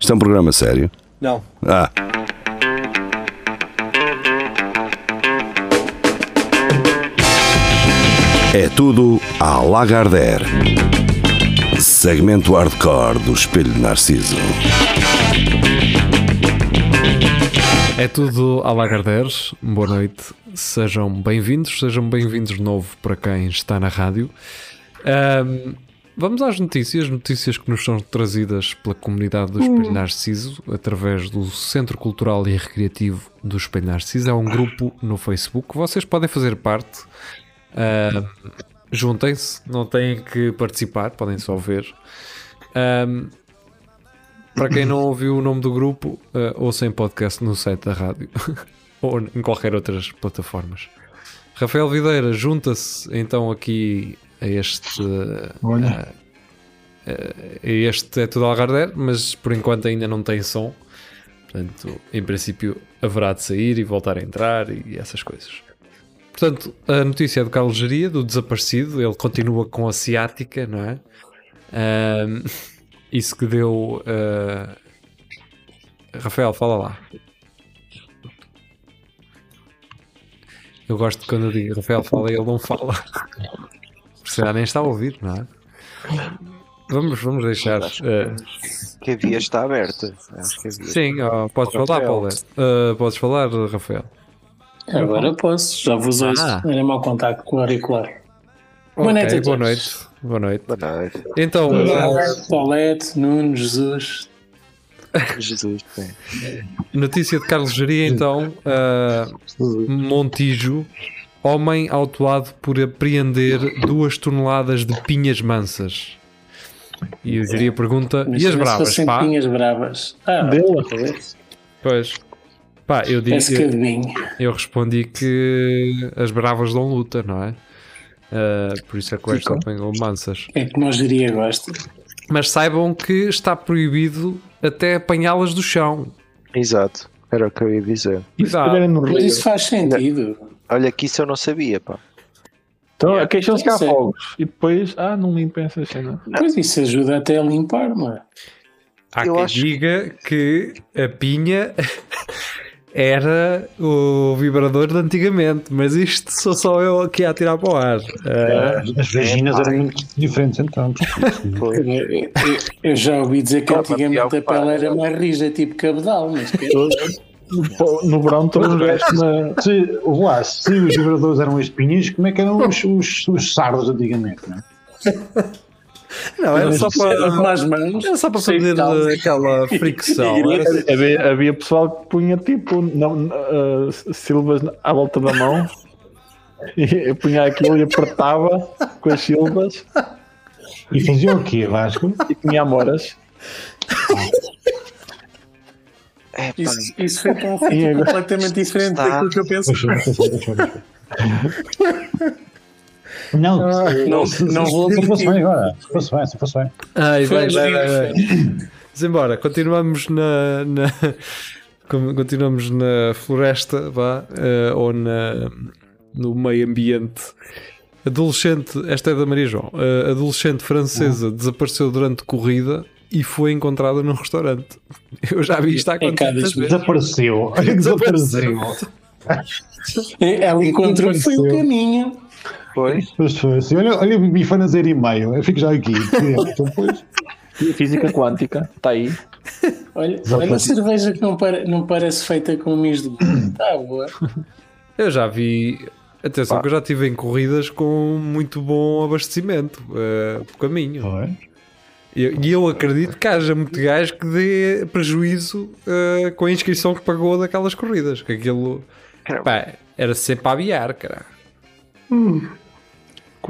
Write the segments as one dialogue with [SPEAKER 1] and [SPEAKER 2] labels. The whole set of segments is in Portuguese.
[SPEAKER 1] Isto é um programa sério.
[SPEAKER 2] Não.
[SPEAKER 1] Ah, é tudo à Lagardère. Segmento hardcore do Espelho de Narciso.
[SPEAKER 3] É tudo à Lagardères, boa noite, sejam bem-vindos, sejam bem-vindos de novo para quem está na rádio. Ahm, vamos às notícias, notícias que nos são trazidas pela comunidade do Espelho Narciso, através do Centro Cultural e Recreativo do Espelho Narciso, é um grupo no Facebook, vocês podem fazer parte, Ahm, juntem-se, não têm que participar, podem só ver. Ahm, para quem não ouviu o nome do grupo, eh, ouça em podcast no site da rádio ou em qualquer outras plataformas. Rafael Videira junta-se então aqui a este.
[SPEAKER 2] Olha.
[SPEAKER 3] eh, a este é tudo Algarder, mas por enquanto ainda não tem som. Portanto, em princípio, haverá de sair e voltar a entrar e essas coisas. Portanto, a notícia é do Carlos Geria, do desaparecido. Ele continua com a ciática, não é? Ahm, isso que deu. ah, Rafael, fala lá. Eu gosto quando eu digo Rafael fala e ele não fala. Porque se calhar nem está a ouvir, não é? Vamos, vamos deixar. ah,
[SPEAKER 4] Que a via está aberta. Acho que a via-
[SPEAKER 3] sim, ó, podes falar,
[SPEAKER 4] Rafael.
[SPEAKER 3] Paulo. Ah, podes falar, Rafael.
[SPEAKER 5] Agora posso, já vos ouço.
[SPEAKER 3] Então, Ah.
[SPEAKER 5] Era é mau contacto com o auricular.
[SPEAKER 3] Boa
[SPEAKER 5] noite a todos.
[SPEAKER 3] boa noite. Boa noite.
[SPEAKER 4] Boa noite.
[SPEAKER 3] Então,
[SPEAKER 5] Paulette, Nuno, Jesus.
[SPEAKER 4] Jesus. bem.
[SPEAKER 3] Notícia de Carlos Geria, então. ah, Montijo. Homem autuado por apreender duas toneladas de pinhas mansas. E o Geria pergunta:
[SPEAKER 5] Mas
[SPEAKER 3] e as
[SPEAKER 5] também se assim
[SPEAKER 3] bravas,
[SPEAKER 5] fossem
[SPEAKER 3] pá?
[SPEAKER 5] pinhas bravas. Ah, é Bela.
[SPEAKER 3] Pois. Pá, eu, digo,
[SPEAKER 5] Parece que
[SPEAKER 3] eu,
[SPEAKER 5] adivinho.
[SPEAKER 3] eu respondi que as bravas dão luta, não é? Ah, por isso é que o Extra pegou mansas.
[SPEAKER 5] É que nós diria gosta.
[SPEAKER 3] Mas saibam que está proibido até apanhá-las do chão.
[SPEAKER 4] Exato. Era o que eu ia dizer.
[SPEAKER 6] Isso
[SPEAKER 3] Exato.
[SPEAKER 6] estiverem no rio.
[SPEAKER 5] Mas isso faz sentido.
[SPEAKER 4] Olha, que isso eu não sabia, pá.
[SPEAKER 6] Então, a questão é que há
[SPEAKER 5] Sim.
[SPEAKER 6] fogos. E depois, ah, não limpem essa cena.
[SPEAKER 5] Pois isso ajuda até a limpar, é? mano.
[SPEAKER 3] Há
[SPEAKER 4] Eu
[SPEAKER 3] quem
[SPEAKER 4] acho-
[SPEAKER 3] diga que a pinha era o vibrador de antigamente, mas isto sou só eu aqui a tirar para o ar. Ah,
[SPEAKER 7] É,
[SPEAKER 6] É.
[SPEAKER 7] As vaginas eram muito diferentes então.
[SPEAKER 4] Foi.
[SPEAKER 5] Eu, eu- eu já ouvi dizer que
[SPEAKER 4] Calma,
[SPEAKER 5] antigamente
[SPEAKER 4] Tiago,
[SPEAKER 5] a pele
[SPEAKER 4] pá.
[SPEAKER 5] era mais rija, tipo cabedal, mas que-
[SPEAKER 6] Pô, No verão, todos os gajos na.
[SPEAKER 7] Se, ouve lá, se os vibradores eram as pinhas, como é que eram os, os, os sardos antigamente? Não é?
[SPEAKER 3] não, era só
[SPEAKER 5] era
[SPEAKER 3] para,
[SPEAKER 5] para as mãos.
[SPEAKER 3] era só para
[SPEAKER 5] Sim,
[SPEAKER 3] fazer
[SPEAKER 5] calma.
[SPEAKER 3] aquela fricção. Era-
[SPEAKER 6] Havia, havia pessoal que punha tipo não, ah, silvas à volta da mão. E punha aquilo e apertava com as silvas
[SPEAKER 7] E faziam o quê, Vasco?
[SPEAKER 6] e punha amoras.
[SPEAKER 4] É, pá.
[SPEAKER 5] Isso, isso foi para um sítio completamente diferente
[SPEAKER 4] Está.
[SPEAKER 5] daquilo que eu pensei.
[SPEAKER 7] Deixa eu ver, deixa eu ver, deixa eu ver, deixa eu ver.
[SPEAKER 4] Ah,
[SPEAKER 7] Não, se-
[SPEAKER 5] Não, não vou
[SPEAKER 7] se fosse bem
[SPEAKER 5] admitir.
[SPEAKER 7] agora, se fosse bem, se fosse bem.
[SPEAKER 3] Ai, vai,
[SPEAKER 5] Foi
[SPEAKER 3] vai, vai, vai.
[SPEAKER 5] giro.
[SPEAKER 3] Mas embora, continuamos na, na- como- continuamos na floresta, vá, eh, ou na, no meio ambiente. Adolescente, esta é da Maria João, eh, adolescente francesa desapareceu durante corrida e foi encontrada num restaurante. Eu já vi isto há
[SPEAKER 5] Em cada
[SPEAKER 3] quantas vezes.
[SPEAKER 7] Desapareceu. Olha que Desapareceu.
[SPEAKER 5] Ela encontrou foi o caminho.
[SPEAKER 4] Foi.
[SPEAKER 7] Mas foi assim, olha, olha bifanas era e meio. Eu fico já aqui. Então, pois,
[SPEAKER 6] Física quântica, está aí.
[SPEAKER 5] Olha, olha a cerveja que não, para- não parece feita com mis de bolo. Está boa.
[SPEAKER 3] Eu já vi, atenção, que eu já tive em corridas com muito bom abastecimento, eh, por caminho.
[SPEAKER 7] foi.
[SPEAKER 3] E eu, e eu acredito que haja muito gajo que dê prejuízo eh, com a inscrição que pagou daquelas corridas. Que aquilo pá, era sempre a aviar, cara.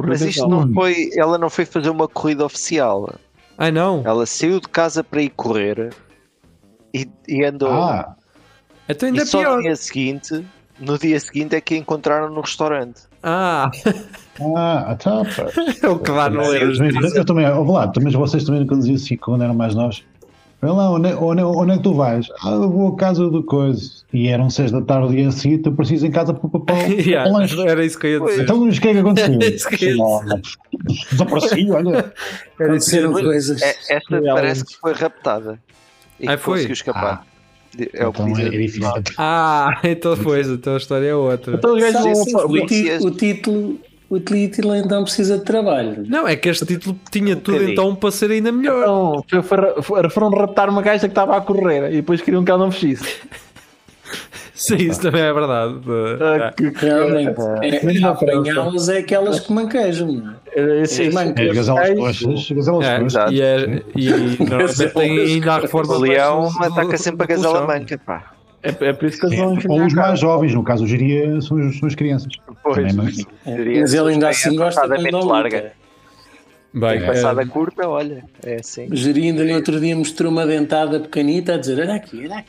[SPEAKER 4] Mas
[SPEAKER 7] é
[SPEAKER 4] isto não foi. Ela não foi fazer uma corrida oficial.
[SPEAKER 3] Ai Ah, não,
[SPEAKER 4] Ela saiu de casa para ir correr e, e andou.
[SPEAKER 7] Ah,
[SPEAKER 3] então
[SPEAKER 4] e
[SPEAKER 3] ainda é
[SPEAKER 4] só
[SPEAKER 3] pior.
[SPEAKER 4] no dia seguinte. No dia seguinte é que a encontraram no restaurante.
[SPEAKER 3] Ah,
[SPEAKER 7] ah, a tapa.
[SPEAKER 3] é o que dá no
[SPEAKER 7] Eu,
[SPEAKER 3] ler.
[SPEAKER 7] também- eu também, ouve lá, também vocês também conduziam assim quando eram mais novos. Olha lá, onde é, onde, é- onde é que tu vais? Ah, eu vou a casa do coisa. E eram seis da tarde e assim, tu precisas em casa para para- para- para o
[SPEAKER 3] Yeah,
[SPEAKER 7] lanche.
[SPEAKER 3] era isso que eu ia dizer.
[SPEAKER 7] Então, mas o que é que
[SPEAKER 3] Esquece.
[SPEAKER 7] aconteceu? Não, não. Desapareci, olha.
[SPEAKER 3] Era isso que eu ia
[SPEAKER 5] Aconteceram
[SPEAKER 3] dizer.
[SPEAKER 5] coisas.
[SPEAKER 4] É- esta
[SPEAKER 6] Realmente.
[SPEAKER 4] parece que foi raptada. E
[SPEAKER 3] Ah,
[SPEAKER 4] que
[SPEAKER 3] foi?
[SPEAKER 4] conseguiu escapar. É o que
[SPEAKER 7] Então é, é
[SPEAKER 4] dizem.
[SPEAKER 7] difícil.
[SPEAKER 3] Ah, então pois, então a história é outra.
[SPEAKER 6] Então os gajos
[SPEAKER 5] Sabe,
[SPEAKER 6] vão
[SPEAKER 5] sim,
[SPEAKER 6] fa-
[SPEAKER 5] o, ti-
[SPEAKER 4] vocês-
[SPEAKER 5] o título, o título então precisa de trabalho.
[SPEAKER 3] Não, é que este título tinha tudo
[SPEAKER 4] Um bocadinho.
[SPEAKER 3] então para ser ainda melhor.
[SPEAKER 6] Não, foi- foi- foi- foram raptar uma gaja que estava a correr e depois queriam que ela não mexesse.
[SPEAKER 3] Sim, isso também é verdade.
[SPEAKER 6] Ah, que-
[SPEAKER 5] Realmente, é,
[SPEAKER 6] Mesmo a
[SPEAKER 5] apanhá-las é aquelas que manquejam. não é?
[SPEAKER 6] É, é, sim,
[SPEAKER 5] Os
[SPEAKER 6] sim.
[SPEAKER 7] É as
[SPEAKER 5] manquejam.
[SPEAKER 7] gazelas
[SPEAKER 6] Ai,
[SPEAKER 7] coxas. Gazelas
[SPEAKER 3] É,
[SPEAKER 7] coxas.
[SPEAKER 4] exato.
[SPEAKER 3] e, é- e normalmente tem ainda a reforma
[SPEAKER 4] O leão ataca sempre a gazela manca, pá.
[SPEAKER 6] É, é por isso que eles
[SPEAKER 7] É,
[SPEAKER 6] vão
[SPEAKER 7] Ou
[SPEAKER 6] enfiar
[SPEAKER 7] os
[SPEAKER 6] a cara.
[SPEAKER 7] mais jovens, no caso, hoje em dia são, os- são as crianças. Também,
[SPEAKER 4] Pois.
[SPEAKER 7] mas-
[SPEAKER 4] Seria-
[SPEAKER 5] Mas ele ainda assim
[SPEAKER 4] tem a
[SPEAKER 5] gosta quando
[SPEAKER 4] passadamente
[SPEAKER 5] dá luta.
[SPEAKER 4] larga.
[SPEAKER 3] Bem,
[SPEAKER 4] Tem
[SPEAKER 3] eh,
[SPEAKER 4] Passada curta, olha, é assim.
[SPEAKER 5] O Geri ainda no outro dia mostrou uma dentada pequenita a dizer: Olha aqui, olha aqui.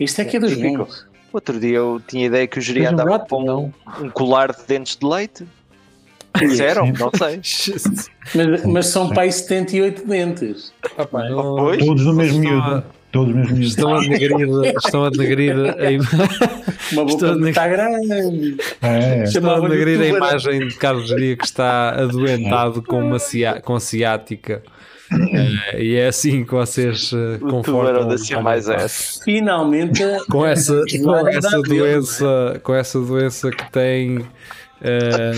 [SPEAKER 5] Isto é que é dos
[SPEAKER 4] Ficou.
[SPEAKER 5] bons.
[SPEAKER 4] Outro dia eu tinha ideia que o Jiri
[SPEAKER 6] Fez um
[SPEAKER 4] andava
[SPEAKER 6] rato,
[SPEAKER 4] com um,
[SPEAKER 6] não?
[SPEAKER 4] um colar de dentes de leite. Fizeram, não sei.
[SPEAKER 5] Mas, mas são pai 78 dentes.
[SPEAKER 3] opa, não-
[SPEAKER 4] Pois,
[SPEAKER 7] Todos no mesmo
[SPEAKER 3] Estão a-
[SPEAKER 7] miúdo. Todos no mesmo miúdo.
[SPEAKER 3] Estão a denegrir, estão a denegrir a imagem.
[SPEAKER 5] Uma
[SPEAKER 3] Estou
[SPEAKER 5] boca
[SPEAKER 3] a
[SPEAKER 5] muito
[SPEAKER 3] negar-
[SPEAKER 5] grande.
[SPEAKER 7] É,
[SPEAKER 3] Estão
[SPEAKER 7] é.
[SPEAKER 3] a
[SPEAKER 5] Chamava-lhe
[SPEAKER 3] denegrir a
[SPEAKER 5] tubarão.
[SPEAKER 3] imagem de Carlos Dia que está adoentado com uma cia- com ciática. Eh, e é assim que vocês eh,
[SPEAKER 4] o tubarão
[SPEAKER 3] confortam.
[SPEAKER 4] da Cia mais S.
[SPEAKER 5] Finalmente,
[SPEAKER 3] Com essa, com
[SPEAKER 5] Variedade
[SPEAKER 3] essa
[SPEAKER 5] deles,
[SPEAKER 3] doença, com essa doença que tem. eh,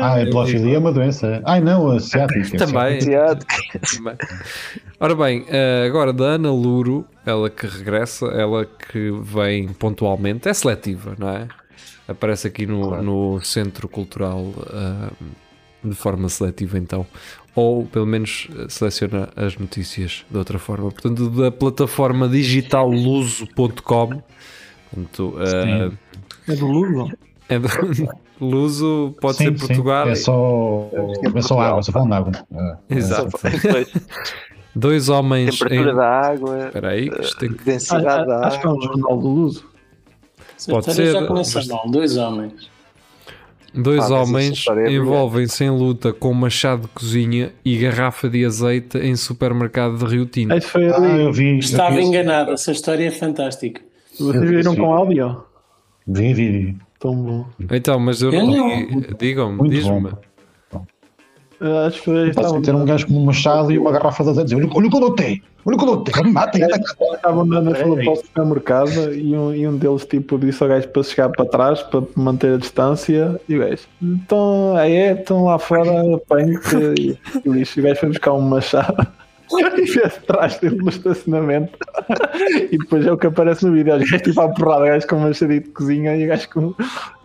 [SPEAKER 7] Ah, a hemofilia é uma doença. Ai não, a ciática.
[SPEAKER 3] também.
[SPEAKER 4] Asiático.
[SPEAKER 3] Bem. Ora bem, eh, agora da Ana Luro, ela que regressa, ela que vem pontualmente, é seletiva, não é? Aparece aqui no, no Centro Cultural eh, de forma seletiva, então. Ou pelo menos eh, seleciona as notícias de outra forma. Portanto, da plataforma digitalluso.com. Portanto, eh,
[SPEAKER 6] É do Lugo.
[SPEAKER 3] é do- Luso pode
[SPEAKER 7] Sim,
[SPEAKER 3] ser
[SPEAKER 7] sim.
[SPEAKER 3] Portugal.
[SPEAKER 7] É só, é só água, só falando de água. É,
[SPEAKER 3] Exato.
[SPEAKER 4] Pois,
[SPEAKER 3] Dois homens.
[SPEAKER 4] Temperatura da água,
[SPEAKER 3] Espera aí, que isto tem que.
[SPEAKER 4] densidade da
[SPEAKER 6] Acho que é
[SPEAKER 4] água.
[SPEAKER 6] um jornal do Luso.
[SPEAKER 3] Pode
[SPEAKER 5] essa história
[SPEAKER 3] ser,
[SPEAKER 5] já começa
[SPEAKER 3] mas-
[SPEAKER 5] mal. Dois homens.
[SPEAKER 3] Dois
[SPEAKER 4] Ah, mas essa
[SPEAKER 3] homens
[SPEAKER 4] história é
[SPEAKER 3] envolvem-se em luta com machado de cozinha e garrafa de azeite em supermercado de Rio Tinto.
[SPEAKER 6] Isso foi
[SPEAKER 7] Ah,
[SPEAKER 6] ali.
[SPEAKER 7] eu vi.
[SPEAKER 5] Estava
[SPEAKER 7] eu
[SPEAKER 5] enganado. Essa história é fantástica.
[SPEAKER 6] Vocês viram com áudio?
[SPEAKER 7] vi, vi, vi.
[SPEAKER 6] Tão bom.
[SPEAKER 3] Então, mas eu
[SPEAKER 5] Eu
[SPEAKER 3] não.
[SPEAKER 5] não.
[SPEAKER 3] Digam-me,
[SPEAKER 7] Muito
[SPEAKER 3] diz-me.
[SPEAKER 7] bom.
[SPEAKER 6] Ah, Acho que foi.
[SPEAKER 7] Posso
[SPEAKER 6] Estavam
[SPEAKER 7] ter um gajo com um machado e uma garrafa de azeite. dizer, Olha olha o que eu notei. Olha o que eu notei. Matem.
[SPEAKER 6] estavam na, naquela
[SPEAKER 7] É
[SPEAKER 6] para o supermercado e um, e um deles tipo disse ao gajo para chegar para trás, para manter a distância. E o gajo, então, aí é, estão lá fora, apanho-te. E, e o lixo, e o gajo foi buscar um machado. E fez atrás dele no estacionamento. E depois é o que aparece no vídeo. O gajo tipo à porrada, o gajo com um machadinho de cozinha e o gajo com,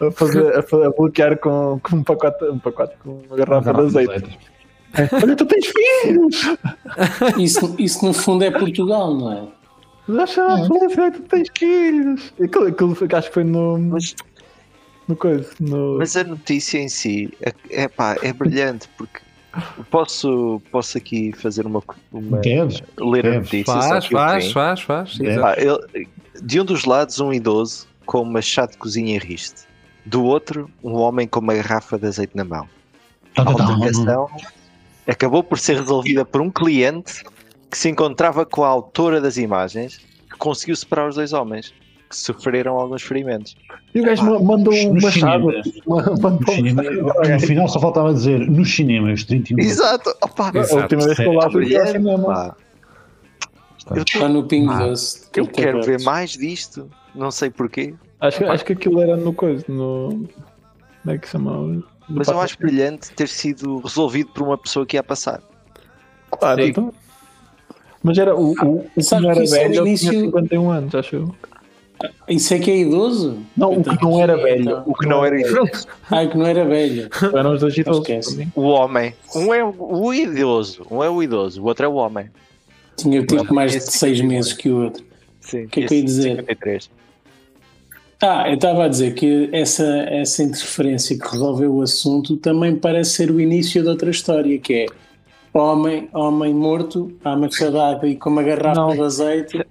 [SPEAKER 6] a, fazer, a, fa- a bloquear com, com um pacote, um pacote com uma garrafa de azeite. Olha, tu tens filhos!
[SPEAKER 5] Isso, isso no fundo é Portugal, não é?
[SPEAKER 6] Deixa
[SPEAKER 4] É.
[SPEAKER 6] lá, felicidade, tu tens filhos. Aquilo, aquilo foi- acho é que foi no.
[SPEAKER 4] Mas-
[SPEAKER 6] no coisa. No,
[SPEAKER 4] Mas a notícia em si é, é, pá, é brilhante porque posso, posso aqui fazer uma, uma
[SPEAKER 7] Deves.
[SPEAKER 4] ler
[SPEAKER 7] Deve.
[SPEAKER 4] a notícia. só
[SPEAKER 3] é? Faz,
[SPEAKER 4] que eu
[SPEAKER 3] faz,
[SPEAKER 4] vim.
[SPEAKER 3] faz, faz.
[SPEAKER 7] É.
[SPEAKER 3] Exato.
[SPEAKER 4] Pá, ele- de um dos lados, um idoso com uma chá de cozinha em riste. Do outro, um homem com uma garrafa de azeite na mão.
[SPEAKER 7] Tá,
[SPEAKER 4] A
[SPEAKER 7] tá,
[SPEAKER 6] é
[SPEAKER 7] tá.
[SPEAKER 4] altercação acabou por ser resolvida por um cliente que se encontrava com a autora das imagens, que conseguiu separar os dois homens, que sofreram alguns ferimentos.
[SPEAKER 6] E o gajo ma- mandou um
[SPEAKER 7] No
[SPEAKER 6] machado.
[SPEAKER 7] cinema.
[SPEAKER 6] ma-
[SPEAKER 7] No
[SPEAKER 6] Mandou um
[SPEAKER 7] cinema, No final só faltava dizer nos cinemas 31.
[SPEAKER 4] Exato! Opa,
[SPEAKER 6] A última vez que eu lá fui assim ao
[SPEAKER 4] Brilhante,
[SPEAKER 6] cinema.
[SPEAKER 4] pá. Eu, tô-
[SPEAKER 5] Lá no Pingo Doce.
[SPEAKER 4] eu quero ver mais disto, não sei porquê,
[SPEAKER 6] Acho, que- acho que aquilo era no coisa. No. Como é que se chama?
[SPEAKER 4] mas eu acho brilhante ter sido resolvido por uma pessoa que ia passar.
[SPEAKER 6] Claro,
[SPEAKER 3] Sim.
[SPEAKER 6] então. Mas era o, o, o que
[SPEAKER 5] Sabe
[SPEAKER 6] não
[SPEAKER 5] que
[SPEAKER 6] era
[SPEAKER 5] isso é o
[SPEAKER 6] velho, ele tinha
[SPEAKER 5] início-
[SPEAKER 6] 51 anos, acho eu.
[SPEAKER 5] Isso é que é idoso?
[SPEAKER 6] Não, o que não era
[SPEAKER 5] Então,
[SPEAKER 6] velho.
[SPEAKER 4] O que não era
[SPEAKER 5] Ai, que não era velho.
[SPEAKER 6] Eram os dois idosos.
[SPEAKER 5] Então Esquece.
[SPEAKER 6] para mim.
[SPEAKER 4] o homem. Um é o idoso, um é o idoso, o outro é o homem.
[SPEAKER 5] Tinha tipo mais de seis meses que o outro.
[SPEAKER 4] Sim,
[SPEAKER 5] que é que eu ia dizer?
[SPEAKER 4] 53.
[SPEAKER 5] Ah, eu estava a dizer que essa, essa interferência que resolveu o assunto também parece ser o início de outra história, que é homem, homem morto, à machadada e com uma garrafa
[SPEAKER 6] Não.
[SPEAKER 5] de azeite,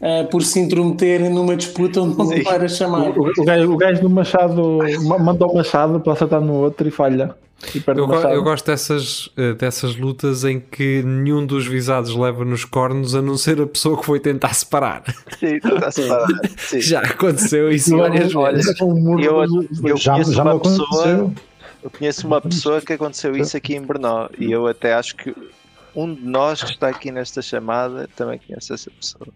[SPEAKER 5] eh, por se intrometerem numa disputa onde não para chamar.
[SPEAKER 6] O, o gajo, o gajo do machado ma- mandou o machado para acertar no outro e falha. E perde
[SPEAKER 3] Eu,
[SPEAKER 6] o
[SPEAKER 3] go-
[SPEAKER 6] machado.
[SPEAKER 3] eu gosto dessas, eh, dessas lutas em que nenhum dos visados leva nos cornos a não ser a pessoa que foi tentar separar.
[SPEAKER 4] Sim, está separado. Sim.
[SPEAKER 3] Já aconteceu isso várias
[SPEAKER 4] olha,
[SPEAKER 3] vezes.
[SPEAKER 6] Com um muro
[SPEAKER 4] eu-
[SPEAKER 6] dos-
[SPEAKER 4] eu
[SPEAKER 7] Já,
[SPEAKER 4] conheço
[SPEAKER 7] já me
[SPEAKER 4] uma pessoa
[SPEAKER 7] aconteceu.
[SPEAKER 4] eu conheço uma pessoa que aconteceu isso aqui em Brno e eu até acho que um de nós que está aqui nesta chamada também conhece essa pessoa.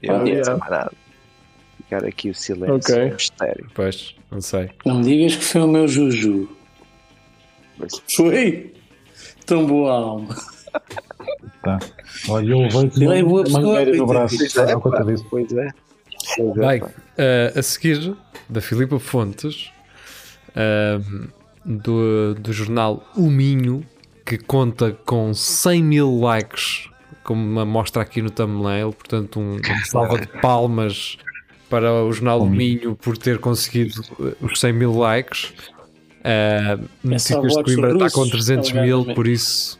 [SPEAKER 4] Eu
[SPEAKER 5] Ah,
[SPEAKER 4] não vou dizer
[SPEAKER 6] yeah.
[SPEAKER 4] mais nada. Ficar aqui o silêncio,
[SPEAKER 6] Ok.
[SPEAKER 4] o mistério.
[SPEAKER 3] Pois, não sei.
[SPEAKER 5] Não me digas que foi o meu Juju. Foi? Tão boa alma.
[SPEAKER 7] Tá. Olha, eu vejo
[SPEAKER 5] Ele é boa
[SPEAKER 7] uma
[SPEAKER 5] pessoa,
[SPEAKER 7] mangueira no
[SPEAKER 5] coitado.
[SPEAKER 7] braço. Ao conta disso.
[SPEAKER 4] Pois é. Pois é,
[SPEAKER 3] Bem,
[SPEAKER 4] pá.
[SPEAKER 3] eh, a seguir, da Filipa Fontes, eh, do, do jornal O Minho, que conta com 100 mil likes, como me mostra aqui no thumbnail, portanto, um, um salva de palmas para o jornal O Minho por ter conseguido eh, os 100 mil likes. Eh, Notícias
[SPEAKER 5] votos
[SPEAKER 3] de Coimbra está com
[SPEAKER 5] russos,
[SPEAKER 3] 300 mil,
[SPEAKER 5] alegadamente.
[SPEAKER 3] por isso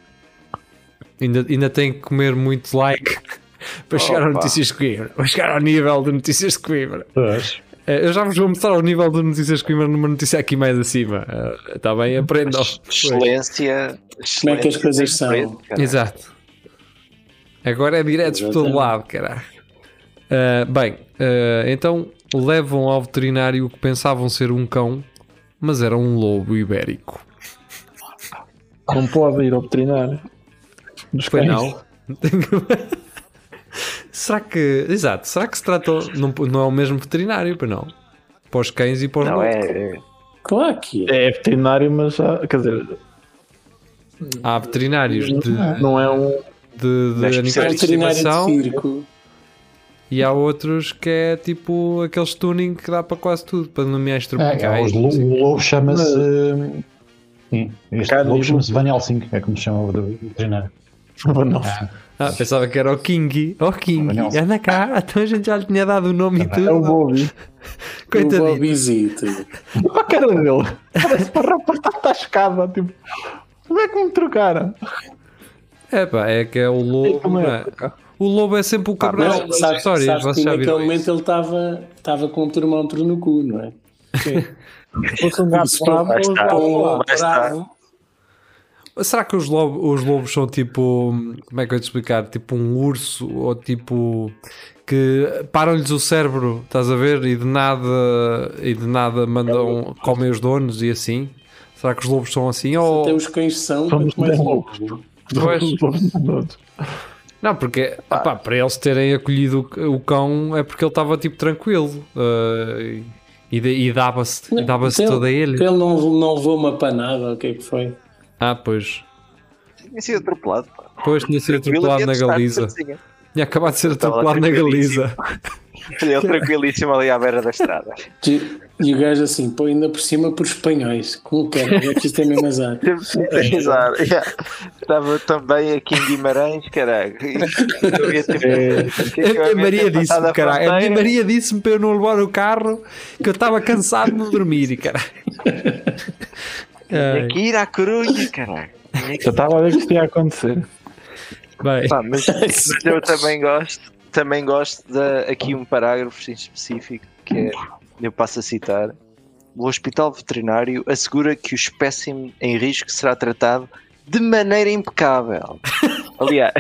[SPEAKER 3] ainda, ainda tem que comer muito like para chegar ao
[SPEAKER 4] Opa.
[SPEAKER 3] Notícias de Coimbra, para chegar ao nível de Notícias de Coimbra.
[SPEAKER 7] Pois.
[SPEAKER 3] Eh, Eu já vos vou mostrar ao nível de notícias que primeiro numa notícia aqui mais acima. Eh, Está bem? Aprendam.
[SPEAKER 4] Excelência.
[SPEAKER 5] Como é que as coisas são?
[SPEAKER 3] Exato. Agora é diretos por todo
[SPEAKER 5] Exatamente.
[SPEAKER 3] lado, caralho. Eh, bem, eh, então levam ao veterinário o que pensavam ser um cão, mas era um lobo ibérico.
[SPEAKER 6] Não pode ir ao veterinário. Dos
[SPEAKER 3] Pois
[SPEAKER 6] cães.
[SPEAKER 3] não. será que. Exato, será que se tratou. Não, não é o mesmo veterinário, para não? Para os cães e para os
[SPEAKER 4] Não
[SPEAKER 3] lobos.
[SPEAKER 4] é? é-
[SPEAKER 5] Claro que é.
[SPEAKER 6] É veterinário, mas já, quer dizer,
[SPEAKER 3] Há veterinários de,
[SPEAKER 6] não é um.
[SPEAKER 3] de, de
[SPEAKER 4] Mas
[SPEAKER 3] animais de
[SPEAKER 5] É um veterinário
[SPEAKER 3] estimação.
[SPEAKER 5] de circo.
[SPEAKER 3] E há outros que é tipo aqueles tuning que dá para quase tudo, para nomeais
[SPEAKER 7] É, é,
[SPEAKER 3] tropicais.
[SPEAKER 7] os lo- o lobo chama-se. hum, Sim, este
[SPEAKER 6] Carnívoro.
[SPEAKER 7] lobo chama-se Van Helsing, é como se chama o do veterinário.
[SPEAKER 6] Não.
[SPEAKER 3] ah, pensava que era o Kingi. Oh Kingi,
[SPEAKER 7] Olha, não.
[SPEAKER 3] anda cá, então a gente já lhe tinha dado o nome e
[SPEAKER 6] É o
[SPEAKER 3] tudo.
[SPEAKER 6] Bobby.
[SPEAKER 7] é
[SPEAKER 5] O
[SPEAKER 3] Coitadinho.
[SPEAKER 5] Bobizito.
[SPEAKER 6] Olha a cara dele. Parece para rapaz está tascada. Tipo, como é que me trocaram?
[SPEAKER 3] É pá, é que é o
[SPEAKER 6] E
[SPEAKER 7] Então,
[SPEAKER 3] lobo.
[SPEAKER 6] como
[SPEAKER 3] não
[SPEAKER 6] é?
[SPEAKER 3] é? O lobo é sempre
[SPEAKER 7] Ah,
[SPEAKER 3] o cabral
[SPEAKER 5] Não,
[SPEAKER 3] das
[SPEAKER 5] sabe,
[SPEAKER 3] histórias,
[SPEAKER 5] sabe que
[SPEAKER 3] vocês já
[SPEAKER 7] é
[SPEAKER 5] naquele
[SPEAKER 3] viram isso.
[SPEAKER 5] momento ele estava estava com um termómetro no cu, não é?
[SPEAKER 6] Se fosse um gato
[SPEAKER 5] Isso,
[SPEAKER 6] bravo,
[SPEAKER 4] vai
[SPEAKER 6] eu
[SPEAKER 4] estar.
[SPEAKER 6] já-
[SPEAKER 5] Ou
[SPEAKER 4] Lá está.
[SPEAKER 5] bravo.
[SPEAKER 3] Será que os, lobo- os lobos são tipo. Como é que eu ia te explicar? Tipo um urso ou tipo. que param-lhes o cérebro, estás a ver? E de nada. e de nada
[SPEAKER 4] É
[SPEAKER 3] mandam. comem os donos e assim? Será que os lobos são assim?
[SPEAKER 5] Até
[SPEAKER 3] Ou.
[SPEAKER 5] os cães são,
[SPEAKER 6] Somos
[SPEAKER 5] mas mais um.
[SPEAKER 6] bem
[SPEAKER 5] loucos.
[SPEAKER 3] Pois.
[SPEAKER 6] Os lobos todos.
[SPEAKER 3] Não, porque. opá, para eles terem acolhido o cão é porque ele estava tipo tranquilo. eh, e, e dava-se
[SPEAKER 5] Não,
[SPEAKER 3] dava
[SPEAKER 5] ele-
[SPEAKER 3] toda a ele.
[SPEAKER 5] Então, Ele não, não levou uma panada, o que é que foi?
[SPEAKER 3] Ah, pois.
[SPEAKER 4] Tinha sido atropelado. pá.
[SPEAKER 3] Pois tinha sido
[SPEAKER 4] Tranquilo,
[SPEAKER 3] atropelado
[SPEAKER 4] havia
[SPEAKER 3] na
[SPEAKER 4] de estar
[SPEAKER 3] Galiza.
[SPEAKER 4] certinho.
[SPEAKER 3] Tinha acabado de ser
[SPEAKER 4] Estava lá
[SPEAKER 3] atropelado na
[SPEAKER 4] tranquilíssimo.
[SPEAKER 3] Galiza.
[SPEAKER 4] Ele tranquilíssimo ali à beira da estrada.
[SPEAKER 5] E, e o gajo assim, pô, ainda por cima por espanhóis. Como quer? É que isto é mesmo azar.
[SPEAKER 4] Exato. yeah. Estava também aqui em Guimarães, caralho. Eu ia ter- eu ia
[SPEAKER 3] É A
[SPEAKER 4] ter
[SPEAKER 3] minha Maria
[SPEAKER 4] passado
[SPEAKER 3] disse-me,
[SPEAKER 4] é a
[SPEAKER 3] caralho. é A minha
[SPEAKER 4] fronteira.
[SPEAKER 3] Maria disse-me para eu não levar o carro que eu estava cansado de dormir, caralho.
[SPEAKER 4] Tinha
[SPEAKER 3] Ai,
[SPEAKER 4] que ir à Corunha, caralho. Tinha que-
[SPEAKER 6] Já estava a ver que isto ia acontecer.
[SPEAKER 3] bem,
[SPEAKER 4] Pá, mas, mas eu também gosto, também gosto de aqui um parágrafo em específico que é, eu passo a citar. O hospital veterinário assegura que o espécime em risco será tratado de maneira impecável. Aliás,